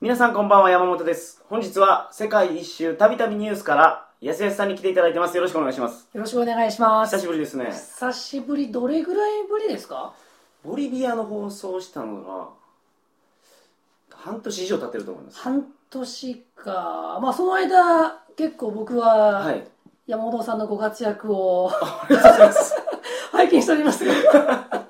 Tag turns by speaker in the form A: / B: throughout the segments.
A: 皆さんこんばんは山本です本日は世界一周たびたびニュースからやすやすさんに来ていただいてますよろしくお願いします
B: よろしくお願いします。
A: 久しぶりですね
B: 久しぶり、どれぐらいぶりですか
A: ボリビアの放送したのが半年以上経ってると思います
B: 半年か。まあ、その間、結構僕は、
A: はい
B: 山本さんのご活躍を
A: ありがとうございます、
B: 拝見しておりますが、
A: は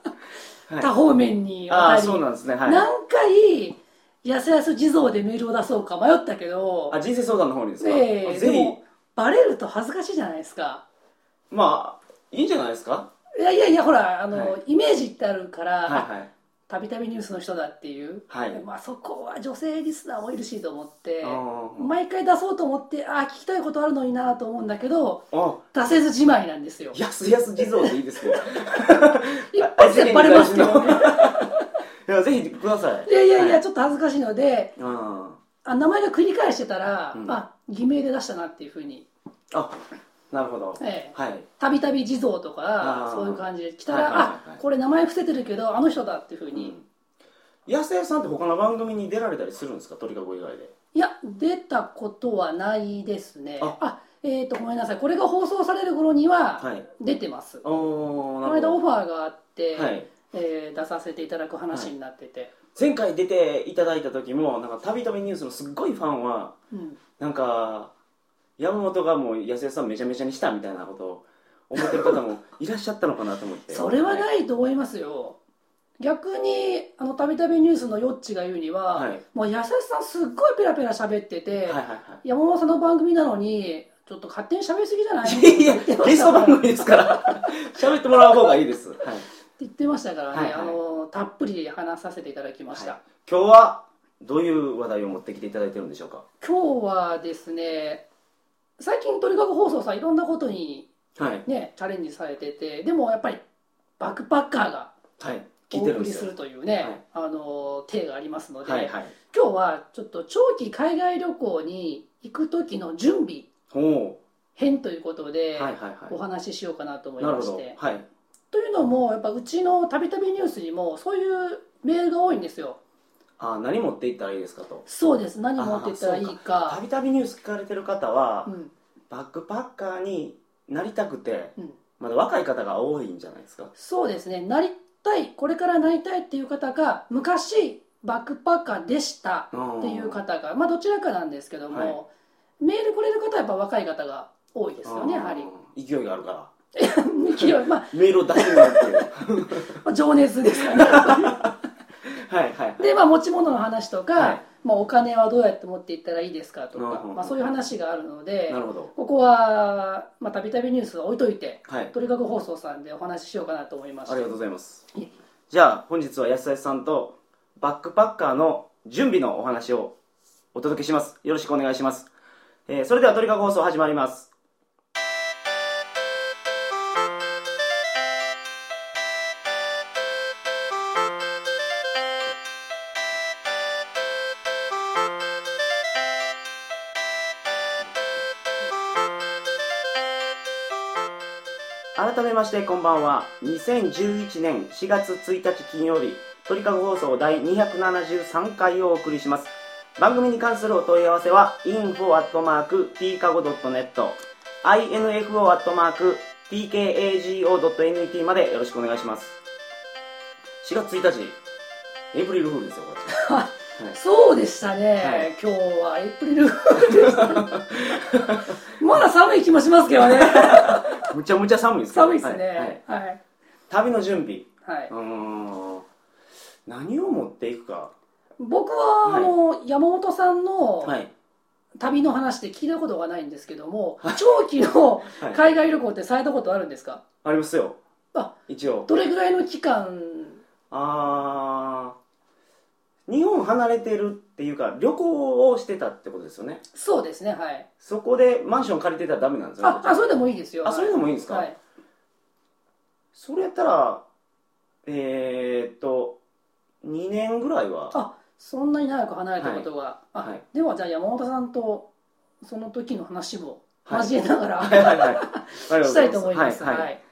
A: い
B: 他方面に
A: あ あ
B: 渡り、
A: そうなんですねはい
B: 何回、やすやす地蔵でメールを出そうか迷ったけど、
A: あ人生相談の方にですか、
B: ええ
A: ぜ
B: で
A: ひ
B: も、バレると恥ずかしいじゃないですか。
A: まあいいんじゃないですか
B: いやいやいや、ほら、あの、
A: は
B: イメージってあるから、
A: はいはい
B: たびたびニュースの人だっていう、
A: はい
B: まあ、そこは女性リスナーもいるしと思って
A: あ
B: 毎回出そうと思ってああ聞きたいことあるのになと思うんだけど
A: ああ
B: 出せずじまいなんですよ
A: やすやす地蔵でいいです ね
B: 一発でバレますけどね
A: いやぜひください
B: いやいやい
A: は
B: やちょっと恥ずかしいので
A: あ
B: あ名前が繰り返してたら、
A: うん
B: あ偽名で出したなっていうふうに
A: ああなるほど、
B: ええ
A: はい
B: たびたび地蔵と
A: あ
B: か
A: ー
B: そういう感じで来たら、
A: はいはいはいはい
B: あこれ名前伏せてるけどあの人だっていうふうに、
A: やすやすさんって他の番組に出られたりするんですか鳥かご以外で
B: いや出たことはないですね
A: あ
B: あえっ、とごめんなさいこれが放送される頃には、
A: はい
B: 出てますこ
A: おーな
B: の
A: る
B: 間オ
A: ほ
B: ファーがあって、
A: どはい
B: えー出させていただく話になってて、
A: 前回出ていただいた時もなんかたびたびニュースのすっごいファンは
B: うん
A: なんか山本がもう安江さんめちゃめちゃにしたみたいなことを思ってる方もいらっしゃったのかなと思って
B: それはいないと思いますよ逆にあのたびたびニュースのヨッチが言うには、
A: はいはい
B: もう優しさんすっごいペラペラ喋ってて、
A: はいは
B: 山本さんの番組なのにちょっと勝手に喋りすぎじゃ ない
A: いいやい
B: っ
A: や
B: て言ってま
A: ゲ
B: し
A: ス
B: た
A: ト
B: から
A: 番組ですから 喋ってもらう方がいいです、はい、
B: 言ってましたからね、
A: はいはい
B: あのたっぷり話させていただきました、
A: はい今日はどういう話題を持ってきていただいてるんでしょうか
B: 今日はですね最近鳥かご放送さんいろんなことに
A: はい
B: ね、チャレンジされててでもやっぱりバックパッカーが
A: はい聞い
B: お
A: てるんで
B: 送り
A: す
B: す
A: よ
B: るというね、
A: はい
B: あのー体がありますので、
A: はいはい
B: 今日はちょっと長期海外旅行に行く時の準備
A: ほ
B: 編ということ
A: う
B: で
A: はいはいはい
B: お話ししようかなと思い
A: なる
B: ま
A: ほ
B: し
A: ど
B: て。
A: はい
B: というのもやっぱうちのたびたびニュースにもそういうメールが多いんですよ。
A: あ何持っていったらいいですかと
B: そうです何持ってったらいい
A: た
B: か。
A: びたびニュース聞かれてる方は、
B: うん
A: バックパッカーになりたくて
B: うん、
A: まだ若い方が多いんじゃないですか
B: そうですねなりたいこれからなりたいっていう方が昔バックパッカーでした
A: っ
B: っていう方が、まあ、どちらかなんですけども、
A: は
B: メールくれる方はやっぱ若い方が多いですよねやはり
A: り勢いがあるから
B: 勢い、まあ、
A: メールを出してもらうっていう
B: まあ情熱ですかね
A: はいはい
B: で、まあ、持ち物の話とか、
A: はい
B: まあ、お金はどうやって持っていったらいいですかとか、
A: うんうんうん
B: まあ、そういう話があるので
A: なるほど
B: ここはまあたびたびニュースは置いといて
A: はいあ
B: 鳥かご放送さんでお話ししようかなと思いまし
A: りがとう
B: て
A: ございます
B: いえ
A: じゃあ本日は安田さんとバックパッカーの準備のお話をお届けしますよろしくお願いします、えーそれではトリカゴ放送始まります改めましてこんばんは2011年4月1日金曜日鳥かご放送第273回をお送りします番組に関するお問い合わせは info.tkago.net info.tkago.net までよろしくお願いします4月1日エイプリルフールですよこれ、はい
B: そうでしたね、
A: はい
B: 今日はエイプリルフールでした まだ寒い気もしますけどね
A: むちゃむちゃ寒いですけど
B: 寒いです
A: はいはい
B: ねはい、
A: 旅の準備
B: はいう
A: ーん何を持っていくか
B: 僕は、
A: はい
B: あの山本さんの
A: はい
B: 旅の話で聞いたことがないんですけども、長期の
A: はい
B: 海外旅行ってされたことあるんですか
A: ありますよ
B: あ
A: 一応
B: どれぐらいの期間
A: あー日本離れてるっていうか旅行をしてたってことですよね
B: そうですねはい
A: そこでマンション借りてたらダメなんですよ
B: ああそれでもいいですよ
A: あそれで
B: もい
A: もいいん
B: いで
A: ですか、
B: はい、
A: それやったらえー、っと2年ぐらいは
B: あそんなに長く離れたことが、あ
A: はい
B: ではじゃあ山本さんとその時の話も
A: はい
B: 交えな がら、
A: はいはいはいありが
B: したいと思います、
A: は
B: はいい
A: はい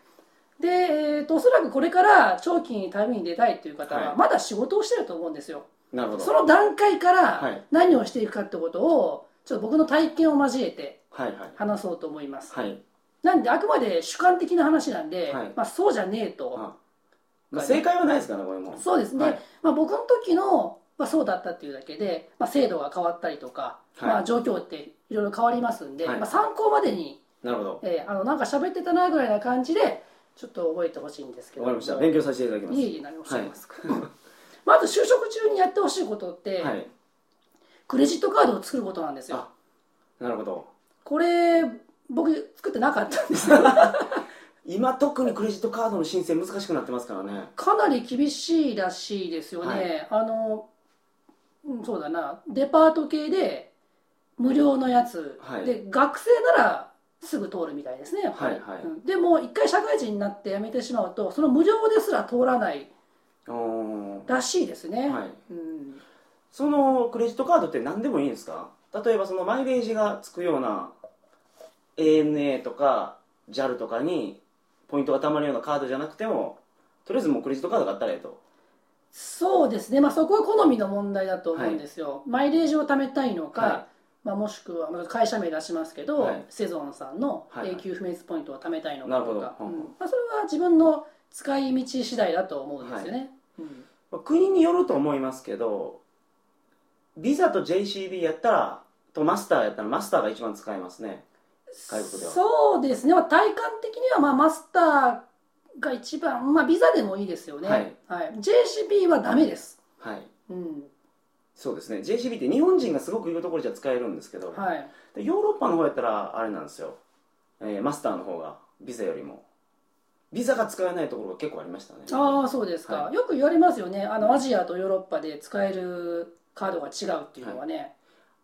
B: で、えー、とおそらくこれから長期に旅に出たいという方は
A: はい
B: まだ仕事をしてると思うんですよ、
A: なるほど
B: その段階か
A: は
B: ら
A: い
B: 何をしていくかってことをちょっと僕の体験を交えて
A: はいはい
B: 話そうと思います、
A: はい、
B: なんであくまで主観的な話なんで、
A: はい
B: まあ、そうじゃねえと、
A: まあ、正解はないですからねこれも
B: そうですね、
A: はい
B: まあ、僕の時の、まあ、そうだったっていうだけで、まあ、制度が変わったりとか、
A: はい
B: まあ、状況っていろいろ変わりますんで、
A: はい
B: まあ、参考までに、
A: なるほど
B: えーあのなんか喋ってたなぐらいな感じでちょっと覚えてほしいんですけ
A: わかり
B: ど
A: ました勉強させていただきます
B: いえいえ何をおっしゃいますか、 まず就職中にやってほしいことって、
A: はい
B: クレジットカードを作ることなんですよ
A: あなるほど
B: これ僕作ってなかったんです
A: 今特にクレジットカードの申請難しくなってますからね
B: かなり厳しいらしいですよね、
A: は
B: あのうんそうだなデパート系で無料のやつ、
A: はい
B: で学生ならすぐ通るみたいですねやっぱり、
A: はいはい
B: うんでも一回社会人になって辞めてしまうとその無料ですら通らない
A: おー
B: らしいですね、
A: はい
B: うん、
A: そのクレジットカードって何でもいいんですか例えばそのマイレージがつくような ANA とか JAL とかにポイントがたまるようなカードじゃなくてもとりあえずもうクレジットカードがあったらええと
B: そうですね、まあ、そこは好みの問題だと思うんですよ、マイレージを貯めたいのか、
A: は
B: まあ、もしくはまあ会社名出しますけど、
A: はい
B: セゾンさんの
A: はいはい
B: 永久不滅ポイントを貯めたいの
A: な
B: か
A: るほ
B: と
A: ど
B: か、
A: うん
B: うんまあ、それは自分の使い道次第だと思うんですよね、うん
A: まあ国によると思いますけどビザと JCB やったらとマスターやったらマスターが一番使えますね外国では
B: そうですね、まあ、体感的にはまあマスターが一番、まあ、ビザでもいいですよね、
A: はい
B: はい、JCB はダメです、
A: はい
B: うん
A: そうですね JCB って日本人がすごく言うところじゃ使えるんですけど、
B: はい、
A: でヨーロッパの方やったらあれなんですよ、えーマスターの方がビザよりもビザが使えないところが結構ありましたね
B: ああそうですか、
A: は
B: よく言われますよねあのアジアとヨーロッパで使えるカードが違うっていうのはね、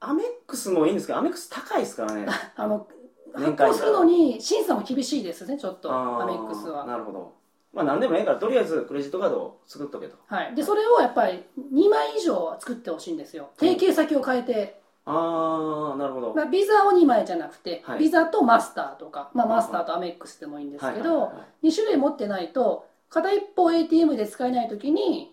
A: アメックスもいいんですけどアメックス高いですからね
B: あの発
A: 年間
B: 行するのに審査も厳しいですねちょっと
A: あー
B: アメックスは。
A: なるほどまあ何でもええからとりあえずクレジットカードを作っとけと
B: はい、でそれをやっぱり2枚以上作ってほしいんですよ提携先を変えて、
A: ああなるほど、
B: まあ、ビザを2枚じゃなくて、
A: はい
B: ビザとマスターとか、まあ、マスターとアメックスでもいいんです
A: はい
B: け
A: はいはい
B: ど2種類持ってないと片一方 ATM で使えない時に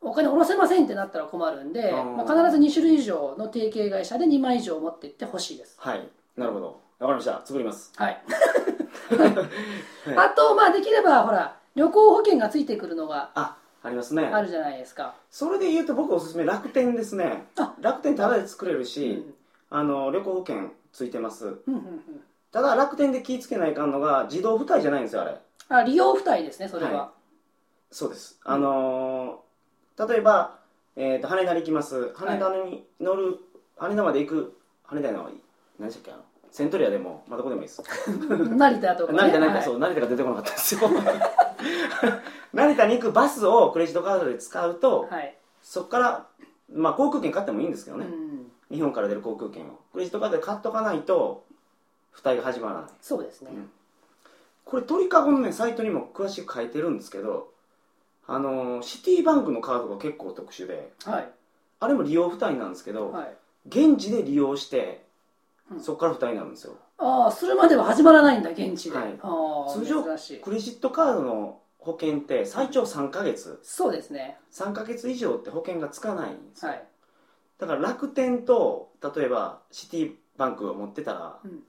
B: お金下ろせませんってなったら困るんで、
A: あー
B: まあ、必ず2種類以上の提携会社で2枚以上持っていってほしいです。
A: はい、はいなるほどわかりました作ります
B: はい、
A: はい
B: あと、まあ、できればほら旅行保険がついてくるのが
A: あありますね
B: あるじゃないですか。
A: それで言うと僕おすすめ楽天ですね
B: あ
A: 楽天ただで作れるし、
B: うん
A: あの旅行保険ついてます
B: うんうんうん
A: ただ楽天で気ぃつけないかんのが自動付帯じゃないんですよあれ
B: あ利用付帯ですねそれは、
A: はそうですあのー例えば、えー、と羽田に行きます羽田に乗る、羽田まで行く羽田の何でしたっけあのセントリアでもまあどこでもいいです
B: 成田とか、ね、
A: 成田成田、
B: はい
A: そう成田が出てこなかったんですよ 成田に行くバスをクレジットカードで使うと、
B: はい
A: そこからまあ航空券買ってもいいんですけど
B: う
A: ね、
B: ん、
A: 日本から出る航空券をクレジットカードで買っとかないと付帯が始まらない
B: そうですね、
A: うんこれ鳥かごのねサイトにも詳しく書いてるんですけどあのーシティバンクのカードが結構特殊で
B: はい
A: あれも利用負担なんですけど、
B: はい
A: 現地で利用して
B: うん
A: そこから負担になるんですよ、
B: ああするまでは始まらないんだ現地で、
A: はい
B: ああ
A: 通常
B: 珍しい
A: クレジットカードの保険って最長3ヶ月
B: そうですね
A: 3ヶ月以上って保険がつかないんですよ、
B: はい
A: だから楽天と例えばシティバンクを持ってたら、
B: うん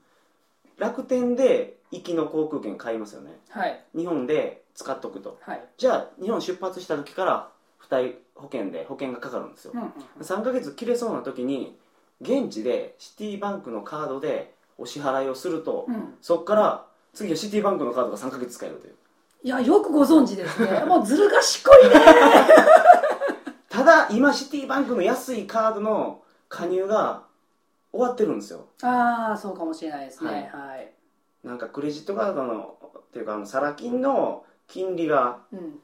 A: 楽天で行きの航空券買いますよね
B: はい
A: 日本で使っとくと
B: はい、
A: じゃあ日本出発した時から付帯保険で保険がかかるんですよ、
B: うんうん
A: 3ヶ月切れそうな時に現地でシティバンクのカードでお支払いをすると、
B: うんうん、
A: そこから次はシティバンクのカードが3ヶ月使えるという
B: いやよくご存知です ねもうずる賢いね
A: ただ今シティバンクの安いカードの加入が終わってるんですよ
B: ああそうかもしれないですね
A: は
B: はいい、
A: なんかクレジットカードのっていうかあのサラ金の金利が
B: うん、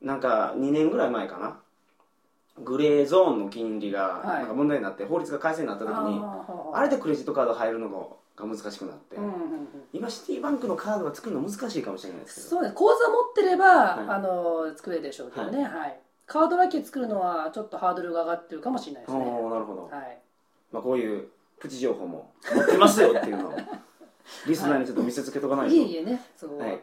A: なんか2年ぐらい前かなグレーゾーンの金利が
B: はい
A: なんか問題になって法律が改正になった時に、あ
B: れ
A: れでクレジットカード入るのが難しくなって、
B: うんうんうん
A: 今シティバンクのカードが作るの難しいかもしれないですけど
B: そうです口座持ってれば、
A: い
B: あの作れるでしょうけどね、はいカードだけ作るのはちょっとハードルが上がってるかもしれないですね、
A: おーなるほど、
B: はい、
A: まあ、こういうプチ情報も持ってますよっていう のをリスナーにちょっと見せつけとかないと
B: いえいえねそこは、
A: はい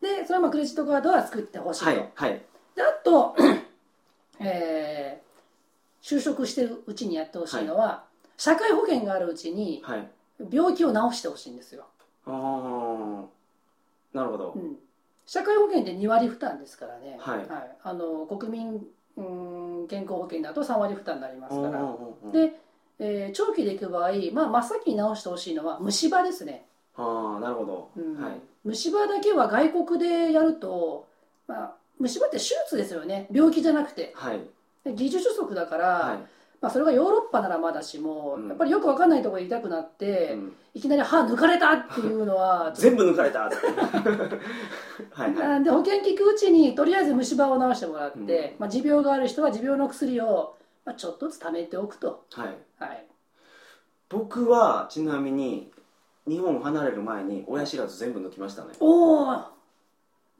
B: でそれはまあクレジットカードは作ってほしいと、
A: はいはい
B: であと、え就職してるうちにやってほしいのは、社会保険があるうちに
A: はい
B: 病気を治してほしいんですよ、
A: あーなるほど
B: うん、社会保険って2割負担ですからね、
A: はい
B: あの国民うん健康保険だと3割負担になります
A: うんう
B: か
A: ん
B: ら、
A: うんうん
B: で、えー長期でいく場合、まあ、真っ先に直してほしいのは虫歯ですね、
A: ああなるほど、
B: うん
A: はい
B: 虫歯だけは外国でやると、まあ、虫歯って手術ですよね病気じゃなくて
A: はい
B: で技術不足だから、
A: は
B: まあ、それがヨーロッパならまだしも、
A: うん
B: やっぱりよく分かんないところで痛くなっ
A: い、
B: て、
A: うん
B: いきなり歯抜かれたっていう のは
A: 全部抜かれたはいはい
B: なんで保険聞くうちにとりあえず虫歯を治してもらって、
A: うん
B: まあ、持病がある人は持病の薬を、まあ、ちょっとずつ貯めておくと、
A: はい
B: はい、
A: 僕はちなみに日本を離れる前に親知らず全部抜きましたね
B: おお、ま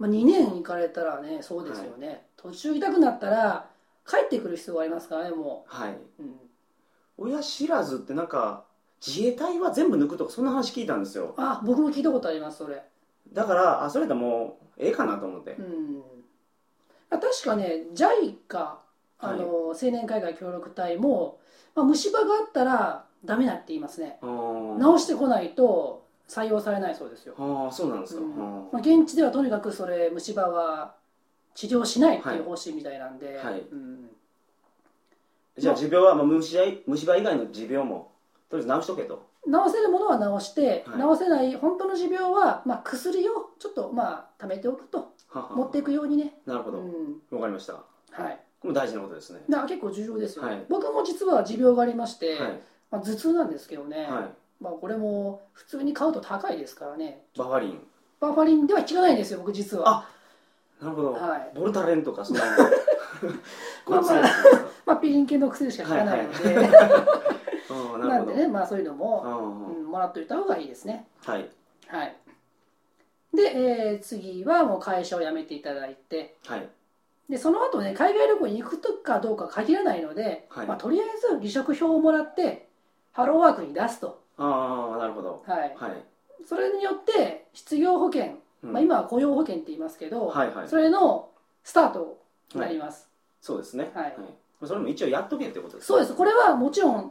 B: あ、2年行かれたらねそうですよね、途中痛くなったら帰ってくる必要がありますからねも
A: はい。
B: う、うん、
A: 親知らずってなんか、自衛隊は全部抜くとか、そんな話聞いたんですよ。
B: あ僕も聞いたことありますそれ
A: だから、あ、それでもう、ええかなと思って
B: う。んあ確かね JICA あの、青年海外協力隊も、まあ、虫歯があったらダメだって言いますね
A: 直
B: 直してこないと採用されないそうですよ、
A: ああ、そうなんですか。
B: うん
A: あ
B: まあ、現地ではとにかくそれ虫歯は治療しないっていう方針みたいなんで、
A: はい
B: うん
A: ーじゃあ、持病は、まあ、虫歯虫歯以外の持病も、とりあえず直しとけと。
B: 治せるものは治して、
A: はい
B: 治せない本当の持病は、まあ、薬をちょっとまあ貯めておくと
A: はは
B: 持っていくようにね、
A: なるほ
B: う
A: ど。わ、
B: ん
A: かりました。
B: はい、
A: これも大事なことですね。
B: だから結構重要ですよ、ね
A: はい
B: 僕も実は持病がありまして、
A: はい。
B: まあ、頭痛なんですけどね、
A: は
B: まあ、これも普通に買うと高いですからね
A: い。バファリン。
B: バファリンでは効かないんですよ僕実は
A: あなるほど。
B: はい
A: ボルタレンとか、そんな。
B: まあまあ
A: あ
B: まあ、ピリン系の薬しか効 かないので、
A: あー、な
B: な
A: る
B: ん
A: ほ
B: で
A: ど。
B: ね、まあ、そういうの
A: うん
B: も、
A: うん
B: うんもらっといた方がいいですね
A: はい。
B: はいで、えー次はもう会社を辞めていただいて
A: はい。
B: でその後ね海外旅行に行くとかどうか限らないので、
A: はい
B: まあ、とりあえず離職票をもらってハローワークに出すと、
A: ああ、なるほど。
B: はい、
A: はい。
B: それによって失業保険、
A: うん
B: まあ、今は雇用保険って言いますけど、
A: はいはい。
B: それのスタートになります、
A: そうですね。
B: はい
A: それも一応やっとけってことですね。
B: そうですこれはもちろん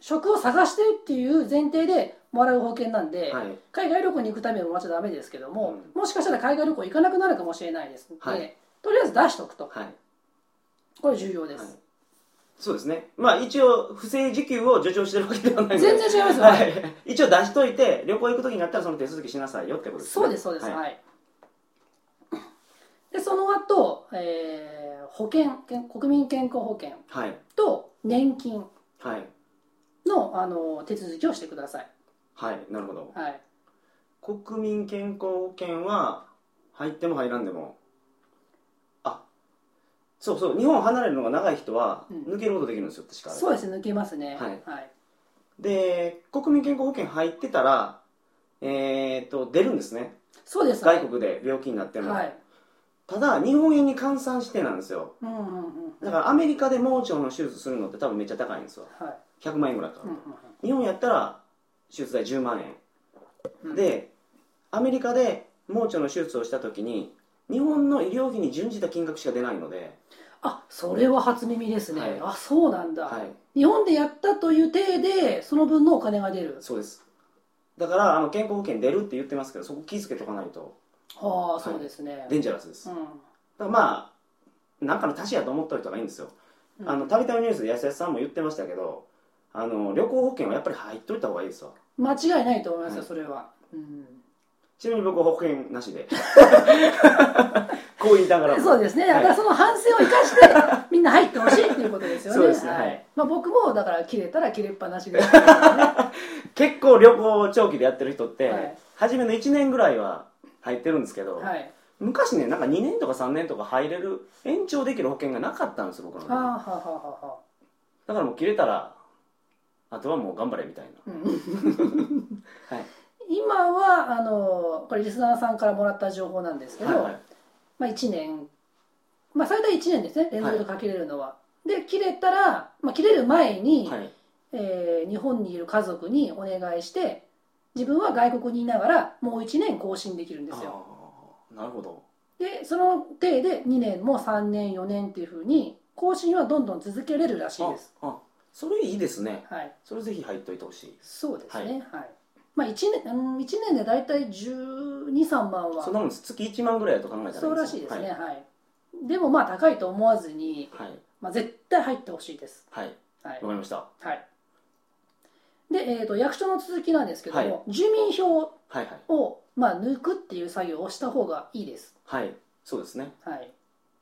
B: 職を探してっていう前提でもらう保険なんで、
A: はい。
B: 海外旅行に行くためにもらっちゃダメですけども、
A: う
B: もしかしたら海外旅行行かなくなるかもしれないですので、
A: はい
B: とりあえず出しておくと
A: はい。
B: これ重要です、
A: はいそうですね。まあ一応、不正受給を助長してるわけではないので。
B: 全然違いますよ、
A: はい。 一応出しといて、旅行行く時になったらその手続きしなさいよってことですね。
B: そうですそうですはい、
A: はい。
B: でその後、えー保険健国民健康保険
A: はい。
B: と年金
A: はい。
B: のあの手続きをしてください、
A: はい。なるほど。
B: はい、
A: 国民健康保険は、入っても入らんでも。あ、そうそう。日本を離れるのが長い人は、
B: うん
A: 抜けることできるんですよ、確かあれ。
B: そうですね抜けますね
A: はい
B: はい
A: で、国民健康保険入ってたら、えっと、出るんですね。
B: そうです
A: 外国で病気になっても。
B: はい
A: ただ日本円に換算してなんですよ
B: うんうんうん
A: だからアメリカで盲腸の手術するのって多分めっちゃ高いんですよ
B: はい
A: 100万円ぐらいかか
B: う
A: る、
B: んうん
A: 日本やったら手術代10万
B: う
A: 円
B: ん
A: でアメリカで盲腸の手術をした時に日本の医療費に準じた金額しか出ないので、
B: あそれは初耳ですね、
A: はい
B: あそうなんだ、
A: はい、
B: 日本でやったという体でその分のお金が出る
A: そうですだからあの健康保険出るって言ってますけどそこ気づけとかないと
B: ああそうですね、
A: デンジャラスです
B: う
A: だか
B: ん
A: らまあなんかの足しやと思った人がいいんですよ
B: うん
A: あのたびたびニュースで安安さんも言ってましたけどあの旅行保険はやっぱり入っといた方がいいですわ
B: 間違いないと思いますよ、
A: はい
B: それは、うん
A: ちなみに僕は保険な しでこう言いながらも
B: そうですね、だから
A: はい
B: その反省を生かして、 みんな入ってほしいっていうことですよね。
A: そうですねはい
B: まあ、僕もだから、切れたら切れっぱな しですけどね、は
A: 結構旅行を長期でやってる人って、
B: はい
A: 初めの1年ぐらいは入ってるんですけど、
B: い、
A: 昔ねなんか2年とか3年とか入れる延長できる保険がなかったんです僕の
B: ああ、
A: だ
B: はあはあはあはあ。
A: からもう切れたらあとはもう頑張れみたい
B: うん
A: な はい
B: 今はあのこれリスナーさんからもらった情報なんですけど、
A: はいはい
B: まあ、1年、まあ、最大1年ですね連続でかけれるのは、で切れたら、まあ、切れる前に、
A: はい
B: えー日本にいる家族にお願いして自分は外国にいながらもう1年更新できるんですよ
A: ああなるほど
B: でその体で2年も3年4年っていうふうに更新はどんどん続けれるらしいです。
A: ああそれいいですね
B: はい、
A: それぜひ入っといてほしい
B: そうですね。はい。まあ一年うん一年でだいたい十二三万は
A: そんなもんです月1万ぐらいだと考えたら
B: そうらしいですね。
A: は
B: はいい。でもまあ高いと思わずに、
A: はい
B: まあ絶対入ってほしいです。
A: はい
B: はい
A: わかりました
B: はい。で、えー、と役所の続きなんですけども、
A: は
B: 住民票
A: はいはい
B: を、まあ、抜くっていう作業をした方がいいです。
A: はいそうですね
B: はい、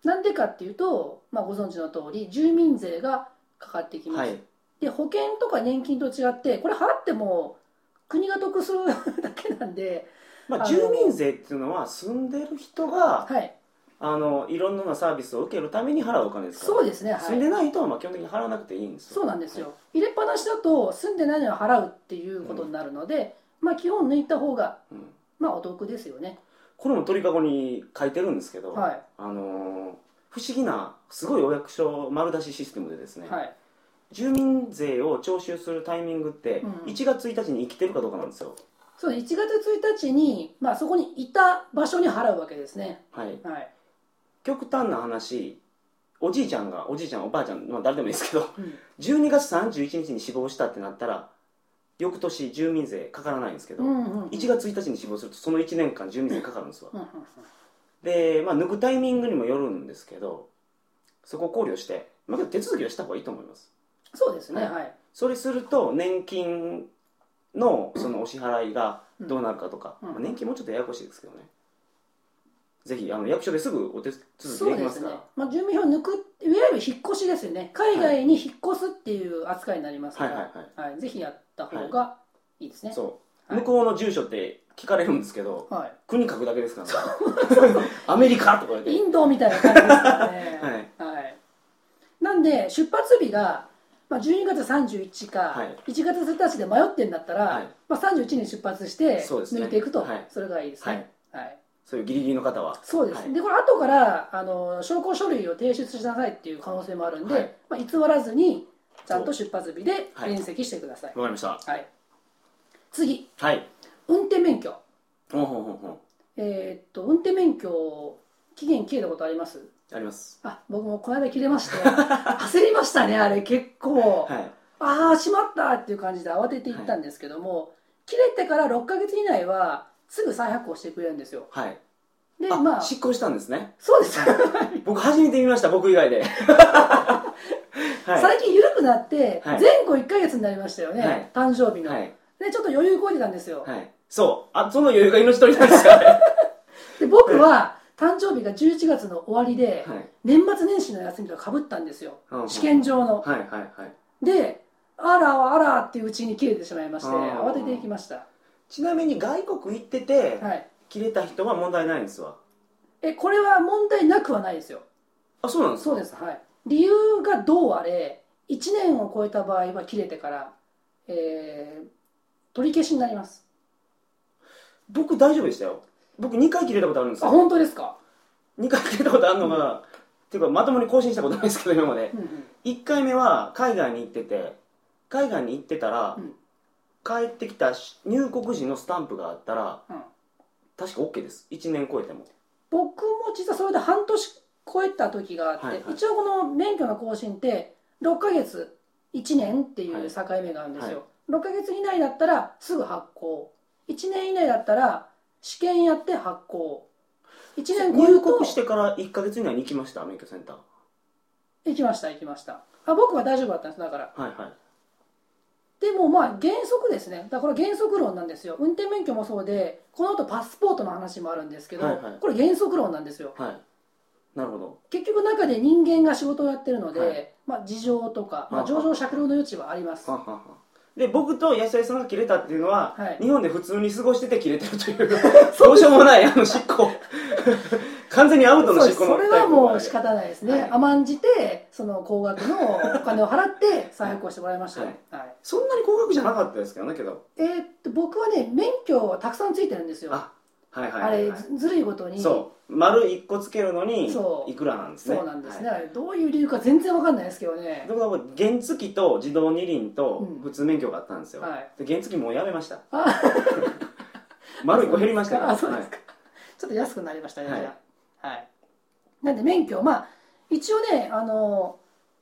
B: なんでかっていうと、まあ、ご存知の通り住民税がかかってきます、
A: はい
B: で保険とか年金と違ってこれ払っても国が得するだけなんで、
A: まあ
B: あの
A: 住民税っていうのは住んでる人が
B: はい、
A: あのいろんなサービスを受けるために払うお金ですから
B: そうですね、は
A: 住んで
B: い、
A: ない人はまあ基本的に払わなくていいんですよ
B: そうなんですよ、入れっぱなしだと住んでないのは払うっていうことになるので、まあ、基本抜いた方が、
A: はいうん
B: まあ、お得ですよね、
A: これも鳥かごに書いてるんですけど
B: は
A: あの不思議なすごいお役所丸出しシステムでです
B: い
A: ね
B: はい、
A: 住民税を徴収するタイミングって
B: うん
A: 1月1日に生きてるかどうかなんですよ、
B: そう1月1日に、まあ、そこにいた場所に払うわけですね、
A: はい、
B: はい
A: 極端な話おじいちゃんがおじいちゃんおばあちゃん、まあ、誰でもいいですけど
B: うん
A: 12月31日に死亡したってなったら翌年住民税かからないんですけど、
B: うんうんうん
A: 1月1日に死亡するとその1年間住民税かかるんですわ、
B: うんうん
A: で、まあ、抜くタイミングにもよるんですけどそこを考慮して、まあ、けど手続きはした方がいいと思います
B: そうですね、
A: はい
B: はい
A: それすると年金のそのお支払いがどうなるかとか、
B: うん
A: まあ、年金もちょっとややこしいですけどねぜひあの役所ですぐお手続きできますから
B: ね、まあ、住民票抜くいわゆる引っ越しですよね海外に引っ越すっていう扱いになりますか
A: はい
B: ら、
A: はい
B: は
A: はい
B: ぜひやった方がいいですね
A: い、そう、
B: はい
A: 向こうの住所って聞かれるんですけど
B: は
A: 国書くだけですからねアメリカとか言っ
B: い、
A: て
B: インドみたいな感じですからね
A: はい
B: はい、なんで出発日が、まあ、12月31日か、
A: はい
B: 1月1日で迷ってんだったら、
A: はい
B: まあ、31日に出発して
A: そうですね
B: 抜いていくとそ,、
A: はい
B: れがいいですね、はい
A: そういうギリギリの方は
B: そうです、
A: はい
B: でこれ後からあの証拠書類を提出しなさいっていう可能性もあるんで、
A: はい
B: まあ、偽らずにちゃんと出発日で
A: はい
B: 連席してください、
A: わかりました
B: はい、次
A: はい
B: 運転免許
A: ほんほんほんほん
B: えーっと運転免許期限切れたことあります
A: あります
B: あ僕もこの間切れまして 焦りましたねあれ結構、
A: はい
B: ああしまったっていう感じで慌てて行ったんですけども、切れてから6ヶ月以内はすぐ再発行してくれるんですよ
A: はい
B: で
A: あ、
B: まあ
A: 執行したんですね
B: そうです、
A: 僕初めて見ました僕以 外では
B: 最近緩くなって
A: はい
B: 前後1ヶ月になりましたよね、
A: はい
B: 誕生日
A: い
B: の、
A: はい
B: でちょっと余裕こいてたんですよ、
A: はいそうあその余裕が命取りなんですよねは
B: で僕は誕生日が11月の終わりで、
A: い
B: 年末年始の休みとかぶったんですよ、
A: うんうん
B: 試験場の、
A: はいはいはい
B: であらあらっていううちに切れてしまいまして
A: あー
B: 慌てていきました
A: ちなみに外国行ってて
B: はい
A: 切れた人は問題ないんですわ
B: えこれは問題なくはないですよ
A: あそうなんですか
B: そうですはい理由がどうあれ1年を超えた場合は切れてから、えー取り消しになります
A: 僕大丈夫でしたよ僕2回切れたことあるんです
B: あ
A: よ
B: 本当ですか、
A: 2回切れたことあるのがっていうかまともに更新したことないですけど今まで
B: うんうん
A: 1回目は海外に行ってて海外に行ってたら、
B: うん
A: 帰ってきたし入国時のスタンプがあったら
B: うん
A: 確か OK です1年超えても
B: 僕も実はそれで半年超えた時があって、
A: はいはい
B: 一応この免許の更新って6ヶ月1年っていう境目があるんですよ、6ヶ月以内だったらすぐ発行1年以内だったら試験やって発行1年超え
A: 入
B: ると
A: 国してから1か月以内に行きました免許センター
B: 行きました行きましたあ僕は大丈夫だったんですだから
A: はいはい
B: でもまあ原則ですねだからこれ原則論なんですよ運転免許もそうでこの後パスポートの話もあるんですけど、
A: はいはい
B: これ原則論なんですよ
A: はいなるほど
B: 結局中で人間が仕事をやってるので、
A: はい
B: まあ、事情とか、ま
A: は
B: あ、
A: あ
B: 上場酌量の余地はあります
A: はんはんはんで僕と安井さんが切れたっていうのは、
B: はい
A: 日本で普通に過ごしてて切れてる というどうしようもないあの執行 完全にアウトの
B: そうで
A: 執
B: す
A: 行
B: そ
A: の
B: れはもう仕
A: か
B: 方ないですね、
A: はい
B: 甘んじてその高額のお金を払って再発行してもらいましたよ、はい
A: そんなに高額じゃなかったですけどねけど
B: えーっと僕はね免許はたくさんついてるんですよあ,、
A: あはいはいはい、
B: れ
A: はい
B: ずずるいことに
A: そう丸1個つけるのに
B: そう
A: いくらなんですね
B: そうなんですね、
A: はい
B: あれどういう理由か全然わかんないですけどね
A: だから僕原付と自動二輪と
B: うん
A: 普通免許があったんですよ、
B: はい
A: で原付もうやめま した
B: あ
A: 丸1個減りましたから
B: あそうです
A: は
B: か、ちょっと安くなりましたね、
A: はい
B: じゃあはいなんで免許まあ一応ねあの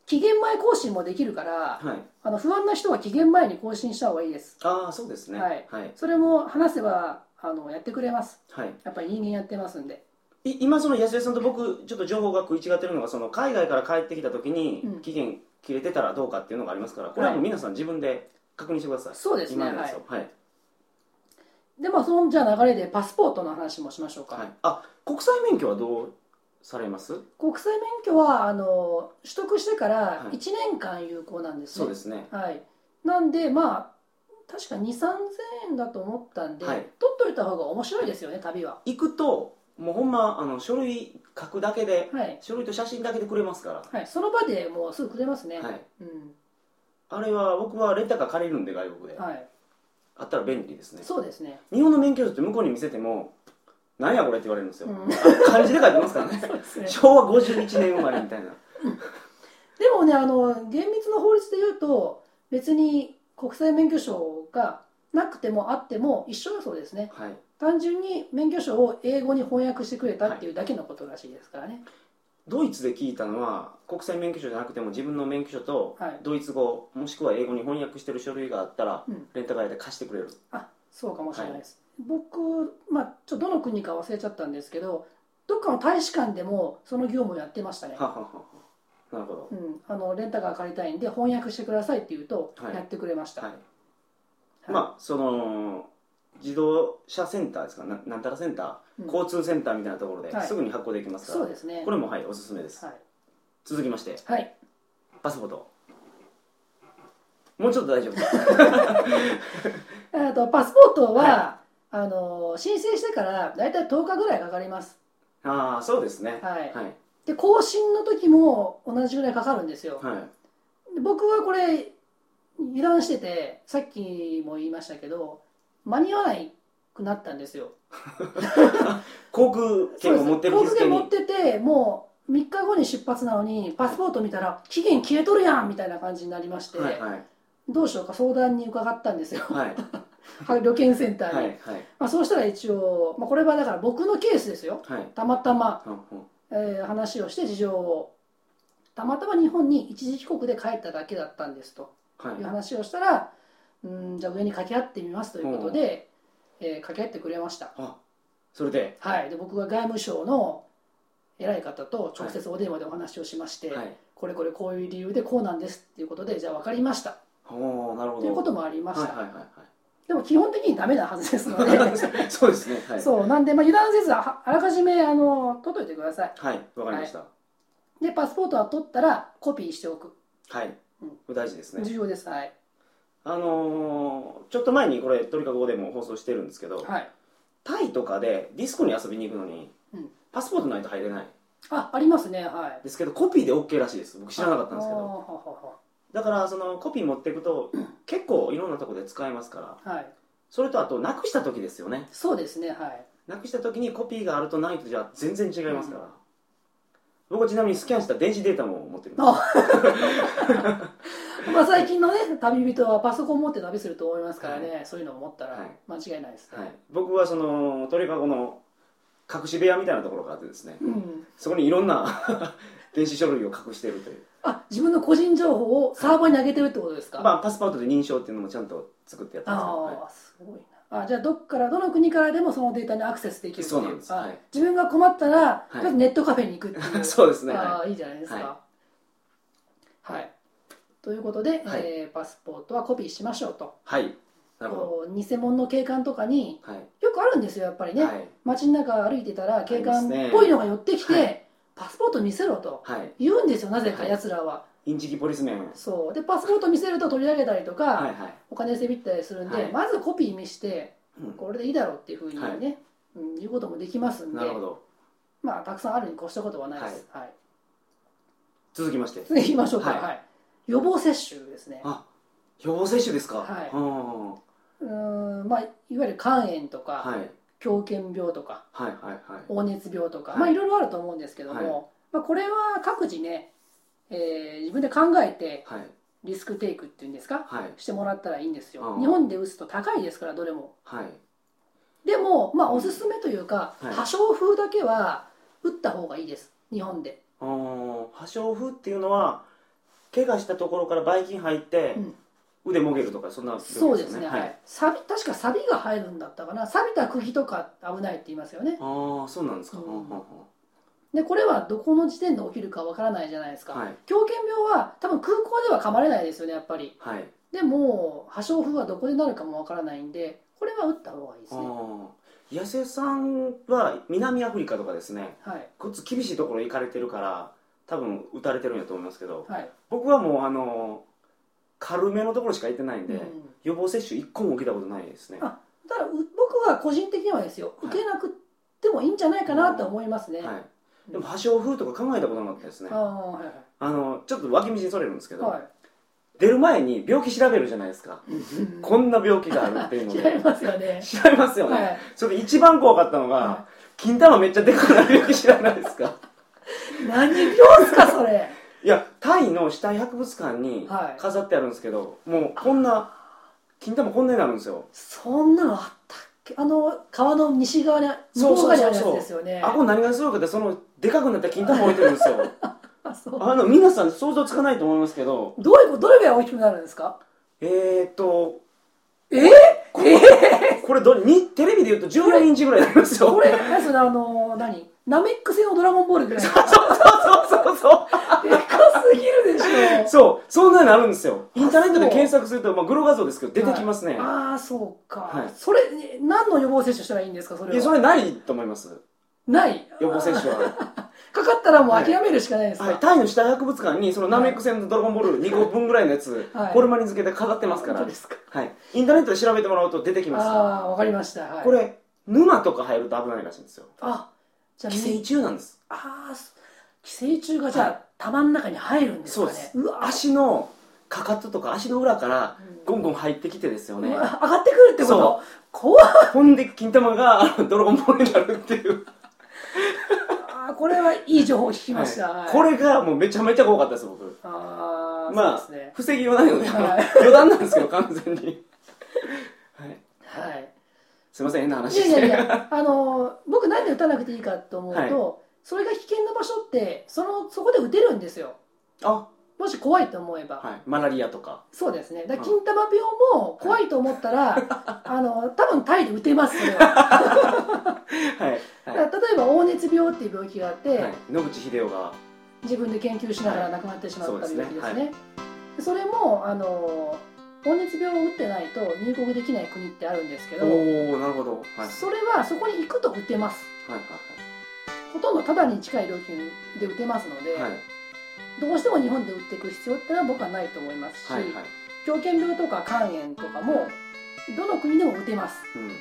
B: 期限前更新もできるから
A: はい。
B: あの不安な人は期限前に更新した方がいいです
A: ああ、そうですね。
B: はい
A: はい。
B: それも話せばあのやってくれます
A: はい
B: やっぱり人間やってますんで
A: い今その安江さんと僕ちょっと情報が食い違ってるのがその海外から帰ってきた時に
B: うん
A: 期限切れてたらどうかっていうのがありますからこれはもう皆さん自分で確認してください
B: そうですね
A: 今のや
B: は
A: つ
B: い
A: をはい
B: でまあそのじゃあ流れでパスポートの話もしましょうか、
A: はいあ国際免許はどうされます
B: 国際免許はあの取得してから
A: はい
B: 1年間有効なんですね
A: そうですね
B: はい、なんでまあ確か2 3 0 0 0円だと思ったんで、
A: はい
B: 取っといた方が面白いですよね旅は
A: 行くともうほんまあの書類書くだけで
B: はい、
A: 書類と写真だけでくれますか
B: はい、その場でもうすぐくれますね
A: らはい
B: うん
A: あれは僕はレンタカー借りるんで外国で
B: はい、
A: あったら便利ですね
B: そうですね、
A: 日本の免許証って向こうに見せても「なんやこれ」って言われるんです
B: う
A: よ
B: ん、
A: 漢字で書いてますからね
B: そうですね
A: 昭和51年生まれみたいな
B: でもねあの厳密な法律で言うと別に国際免許証がなくてもあっても一緒だそうですね
A: はい
B: 単純に免許証を英語に翻訳してくれたっていうだけのことらしいですからね
A: ドイツで聞いたのは国際免許証じゃなくても自分の免許証と
B: はい
A: ドイツ語もしくは英語に翻訳してる書類があったら
B: うん
A: レンタカーで貸してくれる
B: あそうかもしれないです、僕、まあ、ちょっとどの国か忘れちゃったんですけどどっかの大使館でもその業務をやってましたね
A: ははははなるほど
B: うん、あのレンタカー借りたいんで翻訳してくださいって言うと
A: はい
B: やってくれました、
A: はい
B: い
A: まあその自動車センターですかななんたらセンター、
B: うん
A: 交通センターみたいなところで
B: はい
A: すぐに発行できますから、
B: そうですね
A: これもはいおすすめです、
B: はい、
A: 続きまして
B: はい、
A: パスポートもうちょっと大丈夫です
B: えーとパスポートは、
A: は
B: あの申請してからだいたい10日ぐらいかかります、
A: ああそうですね
B: はい
A: はい
B: で更新の時も同じぐらいかかるんですよ、
A: はい
B: で僕はこれ油断しててさっきも言いましたけど間に合わないくなったんですよ
A: 航空券を持ってる
B: そう
A: 日
B: です航空
A: 付
B: 券
A: に
B: 持っててもう3日後に出発なのにパスポート見たら期限消えとるやんみたいな感じになりまして、
A: はいはい
B: どうしようか相談に伺ったんですよ、
A: はい
B: はい 旅券センターに、
A: はいはい
B: まあ、そうしたら一応、まあ、これはだから僕のケースですよ
A: はい
B: たまたま、
A: うんうん
B: えー話をして事情をたまたま日本に一時帰国で帰っただけだったんですと
A: はい
B: いう話をしたらうんじゃあ上に掛け合ってみますということで、えー掛け合ってくれました
A: あそれで、
B: はい、で僕が外務省の偉い方と直接お電話でお話をしまして、
A: はい、
B: これこれこういう理由でこうなんですっていうことでじゃあ分かりました
A: おおなるほど
B: ということもありました、
A: はいはいはい
B: でも基本的にダメなはずですので、
A: はい そうですねはい
B: そうなんで、まあ、油断せずああらかじめあの取っといてください
A: はいわかりました
B: でパスポートは取ったらコピーしておく
A: はい、
B: うん
A: これ大事ですね
B: 重要ですはい、
A: あのーちょっと前にこれ「鳥かご」でも放送してるんですけど、
B: はい、
A: タイとかでディスコに遊びに行くのに、
B: うん
A: パスポートないと入れない
B: あありますねはい
A: ですけどコピーで OK らしいです僕知らなかったんですけ
B: あー
A: ど
B: はは
A: だからそのコピー持っていく と結構いろんなとこで使えますから
B: ははい
A: それとあとなくした時ですよね
B: そうですねはい
A: なくした時にコピーがあるとないとじゃ全然違いますから、僕はちなみにスキャンした電子データも持ってるんです
B: まあ最近のね旅人はパソコン持って旅すると思いますからね、そういうのを持ったら
A: はい
B: 間違いないですね、
A: はい、僕はその鳥かごの隠し部屋みたいなところがあってですね
B: うん、
A: そこにいろんな 電子書類を隠しているという
B: あ自分の個人情報をサーバーに上げてるってことですか、
A: まあパスポートで認証っていうのもちゃんと作ってやってますから、はい
B: ああすごいなあじゃあどっからどの国からでもそのデータにアクセスできるってい
A: そうなんです
B: あ
A: はい
B: 自分が困ったら、
A: い
B: とりあえずネットカフェに行くってい う
A: そうですね
B: あ
A: は
B: あいいじゃないですか
A: は
B: はい、ということで、
A: はい
B: えーパスポートはコピーしましょうと
A: い、はい、なるほど
B: こう偽物の警官とかに
A: はい、
B: よくあるんですよやっぱりね、
A: はい
B: 街の中歩いてたら警官
A: ありますね
B: っぽいのが寄ってきて、
A: はい
B: パスポート見せろと
A: はい
B: 言うんですよなぜか
A: はい
B: 奴らは、
A: インチキポリスメン
B: そうでパスポート見せると取り上げたりとか、
A: はいはい
B: お金せびったりするんで、
A: はい
B: まずコピー見して
A: うん
B: これでいいだろうっていうふうにね、
A: はい
B: うん、いうこともできますんで
A: なるほど
B: まあたくさんあるに越したことはないです、はい
A: 続きまして
B: 次行きましょうか、
A: は
B: はいい予防接種ですね
A: あ予防接種ですか
B: はい
A: うん
B: うーんまあいわゆる肝炎とか、
A: はい
B: 狂犬病とか
A: はいはいはい
B: 黄熱病とか、
A: はい
B: まあいろいろあると思うんですけども、
A: は
B: まあ、これは各自ね、えー自分で考えて
A: はい
B: リスクテイクっていうんですか
A: はい
B: してもらったらいいんですよ、
A: うん
B: 日本で打つと高いですからどれも
A: はい
B: でもまあおすすめというか、
A: はい
B: 破傷風だけは打った方がいいです日本で
A: あー破傷風っていうのは怪我したところからばい菌入って、
B: うん
A: 腕もげるとかそんな病気
B: そうですね、
A: よ
B: はいサビ確かサビが入るんだったかな錆びた釘とか危ないって言いますよね
A: ああそうなんですか、
B: うん
A: はんはん
B: でこれはどこの時点で起きるかわからないじゃないですか、
A: はい
B: 狂犬病は多分空港では噛まれないですよねやっぱり
A: はいはい
B: でも破傷風はどこでなるかもわからないんでこれは打った方がいいです
A: あ
B: ね
A: あ痩せさんは南アフリカとかですね
B: はい
A: こっち厳しいところ行かれてるから多分打たれてるんやと思いますけど
B: はい、
A: 僕はもうあの軽めのところしか行ってないんで、
B: うん
A: 予防接種一個も受けたことないですね
B: あただう僕は個人的にはですよ
A: はい
B: 受けなくてもいいんじゃないかなと思いますね、
A: はい、でも破傷風とか考えたことなかったですね
B: ああはいはい
A: あのちょっと脇道にそれるんですけど、
B: はい
A: 出る前に病気調べるじゃないですか、こんな病気があるっていうの
B: 違い
A: で
B: ますよね
A: 調べますよね、
B: はい
A: それで一番怖かったのが、
B: は
A: 金玉めっちゃでかくなる病気知らないですか
B: 何病っすかそれ
A: いやタイの死体博物館に
B: はい
A: 飾ってあるんですけど、もうこんな金玉こんなになるんですよ
B: そんなのあったっけあの川の西側に向こう側にあるやつですよね
A: あこれ何がすごいかってそのでかくなった金玉置いてるんです よ
B: あそう
A: あの皆さん想像つかないと思いますけど
B: どういうことどれぐらい大きくなるんですか
A: えー、っと
B: え
A: これ,、これどれにテレビで言うと14インチぐらいになります よ
B: これ何それあの何ナメック星のドラゴンボールぐらいでか
A: そうそうそうそう
B: すぎるでしょ
A: そう、そんなになるんですよ。インターネットで検索すると、まあ、グロ画像ですけど、出てきますね。
B: ああそうか、
A: はい
B: それね何の予防接種したらいいんですかそれ
A: い
B: は
A: や、それないと思います。
B: ない
A: 予防接種 は。
B: かかったらもう諦めるしかないですか、
A: はい、タイの死体博物館に、そのナメック星のドラゴンボール2個分ぐらいのやつ、
B: はい
A: ホルマリン漬けで飾ってますから。
B: 本当ですか
A: はい。インターネットで調べてもらうと出てきま
B: ああわかりました、は
A: す。
B: い、
A: これ、沼とか入ると危ないらしいんですよ。
B: あじゃあ
A: 寄生虫なんです。
B: ああそ寄生虫がじゃあ、玉の中に入るんです
A: そう
B: かね
A: です。
B: うわ
A: 足のかかととか足の裏から
B: うん
A: ゴンゴン入ってきてですよ
B: う
A: ね
B: わ。上がってくるってこ
A: そ
B: と怖い
A: ほんで、金玉が あのドラゴンボールになるっていう。
B: あーこれはいい情報を聞きました、
A: は
B: はいい
A: これがもうめちゃめちゃ怖かったです僕
B: ああ、
A: まあ
B: そうですね
A: 防ぎようないので、
B: はい
A: 余談なんですけど完全に、はい、
B: はい
A: すいません変な 話
B: いや
A: し
B: い
A: て
B: やいや、あのー僕なんで打たなくていいかと思うと、
A: はい
B: それが危険な場所ってそのそこで打てるんですよ
A: あ、
B: もし怖いと思えば、
A: はい、マラリアとか
B: そうですねだから
A: うん
B: 金玉病も怖いと思ったら、あのー多分タイで打てますそれは
A: はい、
B: だ
A: は
B: から例えば黄熱病っていう病気があって、
A: いはい、野口英世が
B: 自分で研究しながら亡くなってしまった
A: はい
B: 病気ですね,、
A: そう
B: そ
A: ですね
B: れもあのー黄熱病を打ってないと入国できない国ってあるんですけ
A: お
B: ど、
A: おなるほどはいはい
B: それはそこに行くと打てます
A: は
B: ほとんどタダに近い料金で打てますので、
A: いはいはい
B: どうしても日本で打っていく必要ってのは僕はないと思いますし、
A: はいはい
B: 狂犬病とか肝炎とかもどの国でも打てます、
A: うんな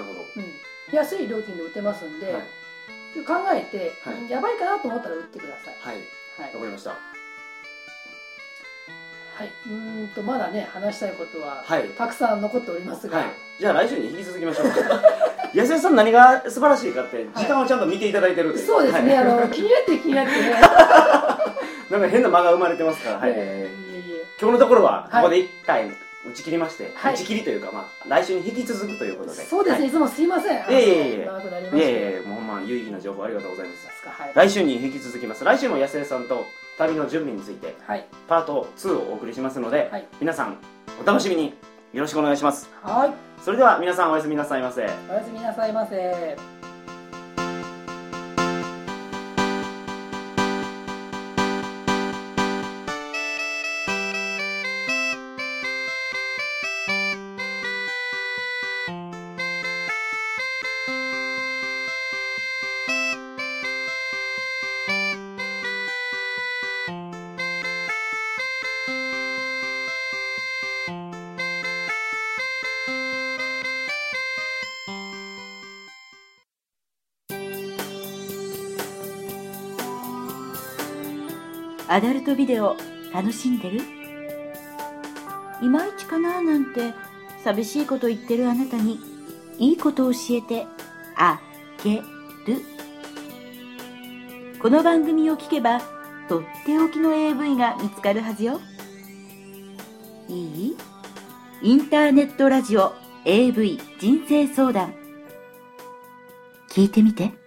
A: るほ
B: うん、安い料金で打てますんで、
A: どはい
B: 考えて、
A: はい
B: うんやばいかなと思ったら打ってください
A: はい
B: はい
A: わ、かりました
B: はい、うーんとまだね話したいことは
A: はい
B: たくさん残っておりますが、
A: はいじゃあ来週に引き続きましょう か安江さん何が素晴らしいかって時間をちゃんと見ていただいてるんで
B: そうですね、
A: はい
B: あの気になって気になってね、
A: なんか変な間が生まれてますから はい、
B: えーいえいえ
A: 今日のところは
B: はい
A: ここで一回打ち切りまして、
B: はい
A: 打ち切りというか、まあ、来週に引き続くということで
B: そうですね、い、つもすいません、あの
A: いえいえいえ
B: 長くな
A: はい、い
B: りまし
A: え
B: た
A: い
B: けど
A: えもうほんま有意義な情報ありがとうございます
B: はい
A: 来週に引き続きます来週も安江さんと旅の準備について
B: はい
A: パート2をお送りしますので、
B: はい
A: 皆さんお楽しみによろしくお願いします
B: は
A: それでは皆さんおやすみなさいませ
B: いおやすみなさいませ。
C: アダルトビデオ楽しんでるいまいちかななんて寂しいこと言ってるあなたにいいことを教えてあげるこの番組を聞けばとっておきの AV が見つかるはずよいいインターネットラジオ AV 人生相談聞いてみて。